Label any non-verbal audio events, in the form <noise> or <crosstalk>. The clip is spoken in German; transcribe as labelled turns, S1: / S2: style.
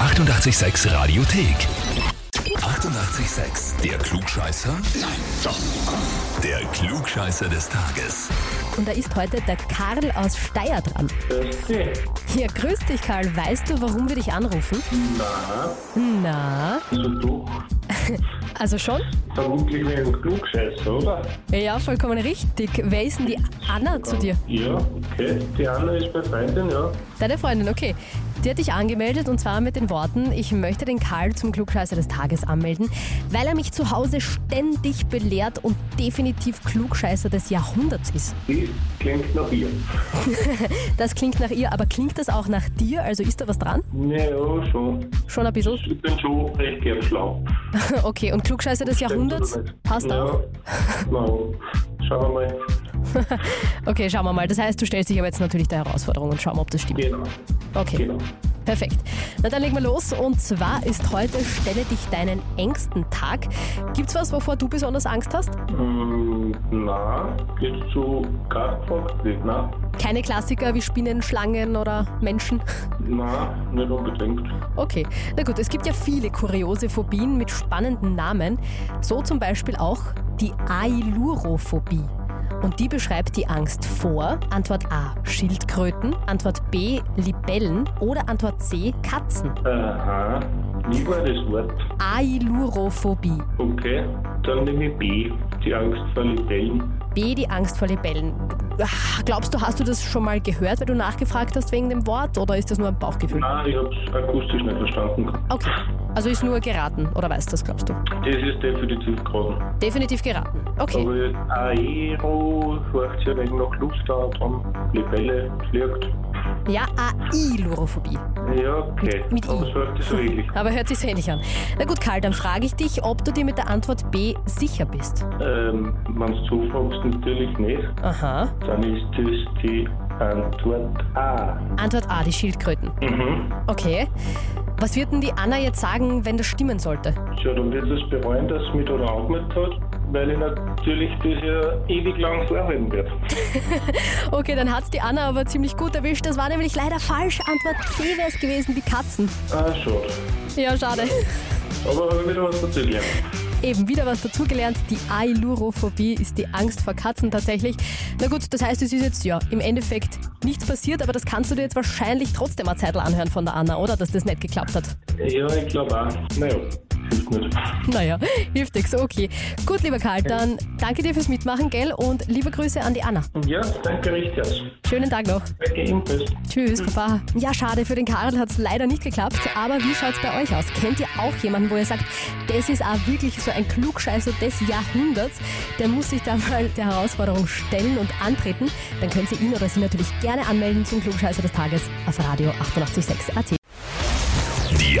S1: 886 Radiothek. 88,6. Der Klugscheißer? Nein, doch. Der Klugscheißer des Tages.
S2: Und da ist heute der Karl aus Steyr dran.
S3: Richtig.
S2: Ja, grüß dich, Karl. Weißt du, warum wir dich anrufen?
S3: Na,
S2: Na,
S3: also doch.
S2: also schon?
S3: Vermutlich wegen dem Klugscheißer, oder?
S2: Ja, vollkommen richtig. Wer ist denn die Anna zu dir?
S3: Ja, okay. Die Anna ist meine Freundin, ja.
S2: Deine Freundin, okay. Die hat dich angemeldet und zwar mit den Worten, ich möchte den Karl zum Klugscheißer des Tages anmelden, weil er mich zu Hause ständig belehrt und definitiv Klugscheißer des Jahrhunderts ist.
S3: Die klingt nach ihr.
S2: Das klingt nach ihr, aber klingt das auch nach dir? Also ist da was dran?
S3: Ja, schon.
S2: Schon ein bisschen? <laughs>
S3: Ich bin schon recht gern schlau.
S2: Okay, und Klugscheißer des Jahrhunderts?
S3: Stimmt oder nicht?
S2: Passt
S3: ja.
S2: auch?
S3: <laughs> Nein. Schauen wir mal.
S2: Okay, schauen wir mal. Das heißt, du stellst dich aber jetzt natürlich der Herausforderung und schauen wir, ob das stimmt.
S3: Genau.
S2: Okay,
S3: Genau.
S2: perfekt. Na dann legen wir los. Und zwar ist heute Stelle dich deinen engsten Tag. Gibt's was, wovor du besonders Angst hast?
S3: Hm, na, gehst du gerade gefragt? Nicht, Na,
S2: Keine Klassiker wie Spinnen, Schlangen oder Menschen? <laughs>
S3: na, nicht unbedingt.
S2: Okay, na gut, es gibt ja viele kuriose Phobien mit spannenden Namen. So zum Beispiel auch die Ailurophobie. Und die beschreibt die Angst vor Antwort A Schildkröten, Antwort B Libellen oder Antwort C Katzen.
S3: Aha. Wie war das Wort?
S2: Ailurophobie.
S3: Okay. Dann nehme ich B. Die Angst vor Libellen.
S2: B, die Angst vor Libellen. Ah, Glaubst du, hast du das schon mal gehört, weil du nachgefragt hast wegen dem Wort oder ist das nur ein Bauchgefühl?
S3: Nein, ich hab's akustisch nicht verstanden.
S2: Okay, also ist nur geraten oder weißt das, glaubst du?
S3: Das ist definitiv geraten.
S2: Definitiv geraten. Okay,
S3: Aber Aero hört sich ja nicht nach Luft an, dann Libelle fliegt.
S2: ja, AI-Lurophobie.
S3: Ja, okay.
S2: Mit- mit
S3: Aber
S2: I.
S3: es hört sich so ähnlich.
S2: Aber hört sich so ähnlich an. Na gut, Karl, dann frage ich dich, ob du dir mit der Antwort B sicher bist.
S3: Ähm, wenn du so fragst, natürlich nicht.
S2: Aha.
S3: Dann ist das die Antwort A.
S2: Antwort A, die Schildkröten.
S3: Mhm.
S2: Okay. Was wird denn die Anna jetzt sagen, wenn das stimmen sollte?
S3: Tja, dann wird es bereuen, dass sie mich da angemeldet hat, weil ich natürlich das ja ewig lang vorhalten werde.
S2: Okay, dann hat's die Anna aber ziemlich gut erwischt. Das war nämlich leider falsch. Antwort C wäre es gewesen, die Katzen.
S3: Ah, schade.
S2: Ja, schade.
S3: Aber habe ich wieder was dazugelernt.
S2: Eben wieder was dazugelernt. Die Ailurophobie ist die Angst vor Katzen tatsächlich. Na gut, das heißt, es ist jetzt ja im Endeffekt nichts passiert, aber das kannst du dir jetzt wahrscheinlich trotzdem mal Zeitl anhören von der Anna, oder? Dass das nicht geklappt hat.
S3: Ja, ich glaube auch. Naja, hilft nicht.
S2: Naja, <laughs> hilft nichts. Okay. Gut, lieber Karl, dann danke dir fürs Mitmachen, gell? Und liebe Grüße an die Anna.
S3: Ja, danke recht herzlich.
S2: Schönen Tag noch.
S3: Okay, ebenfalls.
S2: Tschüss, Papa. Ja, schade, für den Karl hat's leider nicht geklappt. Aber wie schaut's bei euch aus? Kennt ihr auch jemanden, wo ihr sagt, das ist auch wirklich so ein Klugscheißer des Jahrhunderts? Der muss sich da mal der Herausforderung stellen und antreten. Dann könnt ihr ihn oder sie natürlich gerne anmelden zum Klugscheißer des Tages auf Radio 886 AT.
S1: Die